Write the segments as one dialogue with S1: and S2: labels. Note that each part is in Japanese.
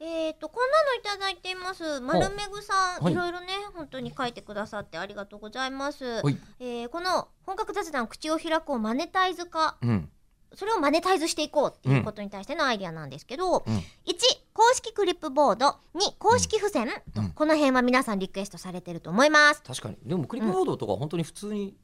S1: えーとこんなのいただいています丸めぐさん、
S2: はい
S1: い、ろいろね本当に書いてくださってありがとうございます、
S2: はい。
S1: えーこの本格雑談口を開くをマネタイズ化
S2: うん。
S1: それをマネタイズしていこうっていうことに対してのアイディアなんですけど、
S2: うん
S1: 1公式クリップボード2公式付箋、と
S2: うん
S1: この辺は皆さんリクエストされてると思います、
S2: 確かに。でもクリップボードとか本当に普通に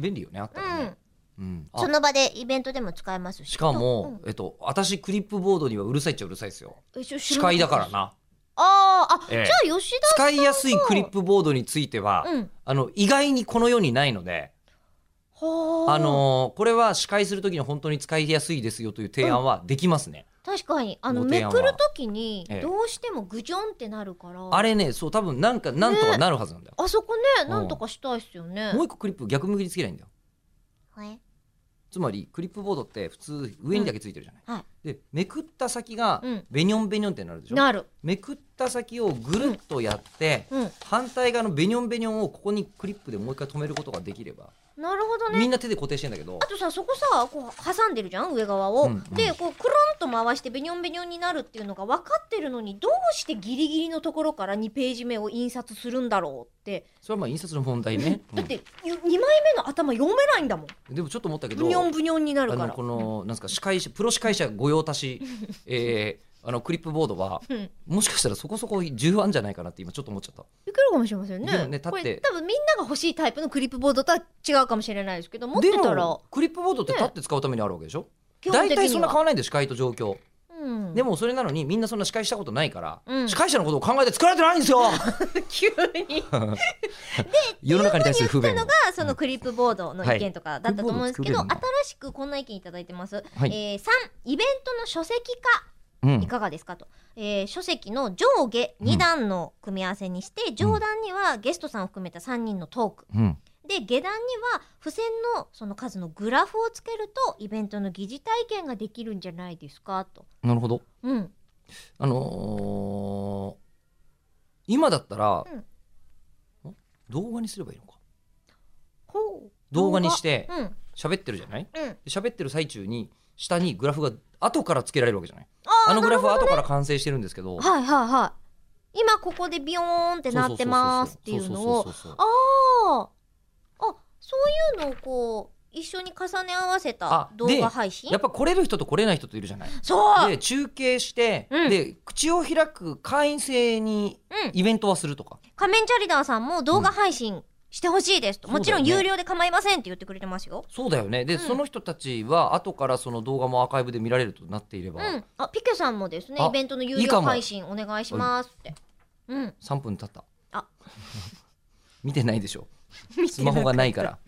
S2: 便利よね。あった
S1: う
S2: ら
S1: ん
S2: ね。うん。あ
S1: その場でイベントでも使えますし
S2: しか
S1: うん
S2: も、えっと、私クリップボードにはうるさいっちゃうるさいですよ。
S1: えちょ知
S2: 司
S1: らな
S2: 会
S1: か
S2: だ
S1: った
S2: か
S1: で
S2: ら
S1: す
S2: な。
S1: あーあ、
S2: ええ
S1: じゃあ吉田
S2: 使いやすいクリップボードについては、
S1: うん
S2: あの、意外にこの世にないので、
S1: ほー
S2: あのーこれは司会するときに本当に使いやすいですよという提案はできますね。
S1: 確かにあの
S2: ご
S1: め
S2: 提案は
S1: くるときに
S2: ええ
S1: どうしてもぐじょんってなるから、
S2: あれね、そう、多分なんか、なんとかなるはずなんだよ。
S1: あそこ
S2: う
S1: ね
S2: ん
S1: なんとかしたいっすよね
S2: もう一個クリップ逆向きにつけないいんだよ。
S1: はい
S2: つまり、クリップボードって普通、上にだけついてるじゃない。
S1: うんはい
S2: で、めくった先が
S1: うん、
S2: ベニョンベニョンってなるでしょ、
S1: なる
S2: めくった先をぐるっとやって、
S1: うん
S2: 反対側のベニョンベニョンをここにクリップでもう一回止めることができれば、
S1: なるほど
S2: み
S1: ね
S2: んな手で固定してんだけど
S1: あ、とさそこさこう挟んでるじゃん上側を、
S2: うんうん
S1: でこうクロンと回してベニョンベニョンになるっていうのが分かってるのにどうしてギリギリのところから2ページ目を印刷するんだろうって、
S2: それはまあ印刷の問題 ね。
S1: だって2枚目の頭読めないんだもん
S2: うんでもちょっと思ったけ
S1: ブ
S2: ど、
S1: ニョンブニョンになる
S2: あ
S1: か
S2: の
S1: ら
S2: このなんですか司会者プロ司会者御用達、え ー、あのクリップボードは
S1: うん
S2: もしかしたらそこそこ重要あんじゃないかなって今ちょっと思っちゃった。
S1: いけるかもしれません
S2: で
S1: ね
S2: もね立って
S1: これ多分みんなが欲しいタイプのクリップボードとは違うかもしれないですけど持ってた
S2: で
S1: ら
S2: もクリップボードって
S1: ね
S2: 立って使うためにあるわけでしょ。
S1: 基本
S2: 大
S1: 的
S2: 体そん
S1: に
S2: な変
S1: は
S2: わらないんだよ司会と状況。
S1: うん
S2: でもそれなのにみんなそんな司会したことないから、
S1: うん
S2: 司会者のことを考えて作られてないんですよ。
S1: 急に
S2: 世の中に対する不便を。
S1: がそのクリップボードの意見とかだったと思うんですけど、
S2: はいクリップボード作れるんだ
S1: 新しくこんな意見いただいてます、
S2: はい
S1: えー、3イベントの書籍
S2: う
S1: 化い
S2: ん、
S1: かがですかと、えー書籍の上下2段の組み合わせにして、上段にはゲストさんを含めた3人のトーク
S2: うん、
S1: で下段には付箋のその数のグラフをつけるとイベントの疑似体験ができるんじゃないですかと。
S2: なるほど。
S1: うん、
S2: あのー今だったら、ん動画にすればいいのか。
S1: ほう
S2: 動画にして
S1: 動画うん
S2: 喋ってるじゃない。
S1: うん、
S2: で喋ってる最中に下にグラフが後からつけられるわけじゃない。
S1: あ
S2: あ
S1: ー
S2: のグラフは後から完成してるんですけど。
S1: なはいはいはい今ここでビヨーンってなってますっていうのを
S2: そうそうそうそうそうそうそう
S1: あああそういうのをこう一緒に重ね合わせた
S2: あ
S1: 動
S2: で
S1: 画配信
S2: やっぱ来れる人と来れない人といるじゃない。
S1: そう、
S2: で中継して、
S1: うん
S2: で口を開く会員制に
S1: うん、
S2: イベントはするとか。
S1: 仮面チャリダーさんも動画配信してほしいですと、
S2: うん
S1: もちろん
S2: そうだよ
S1: 有
S2: ね
S1: 料で構いませんって言ってくれてますよ。
S2: そうだよね。で、
S1: うん
S2: その人たちは後からその動画もアーカイブで見られるとなっていれば、
S1: うん、あピケさんもですね
S2: あ
S1: イベントの有
S2: いい
S1: 料
S2: かも
S1: 配信お願いしますって。うん、
S2: 3分経った。
S1: あ
S2: 見てないでしょ。ス
S1: ス
S2: マホがないから。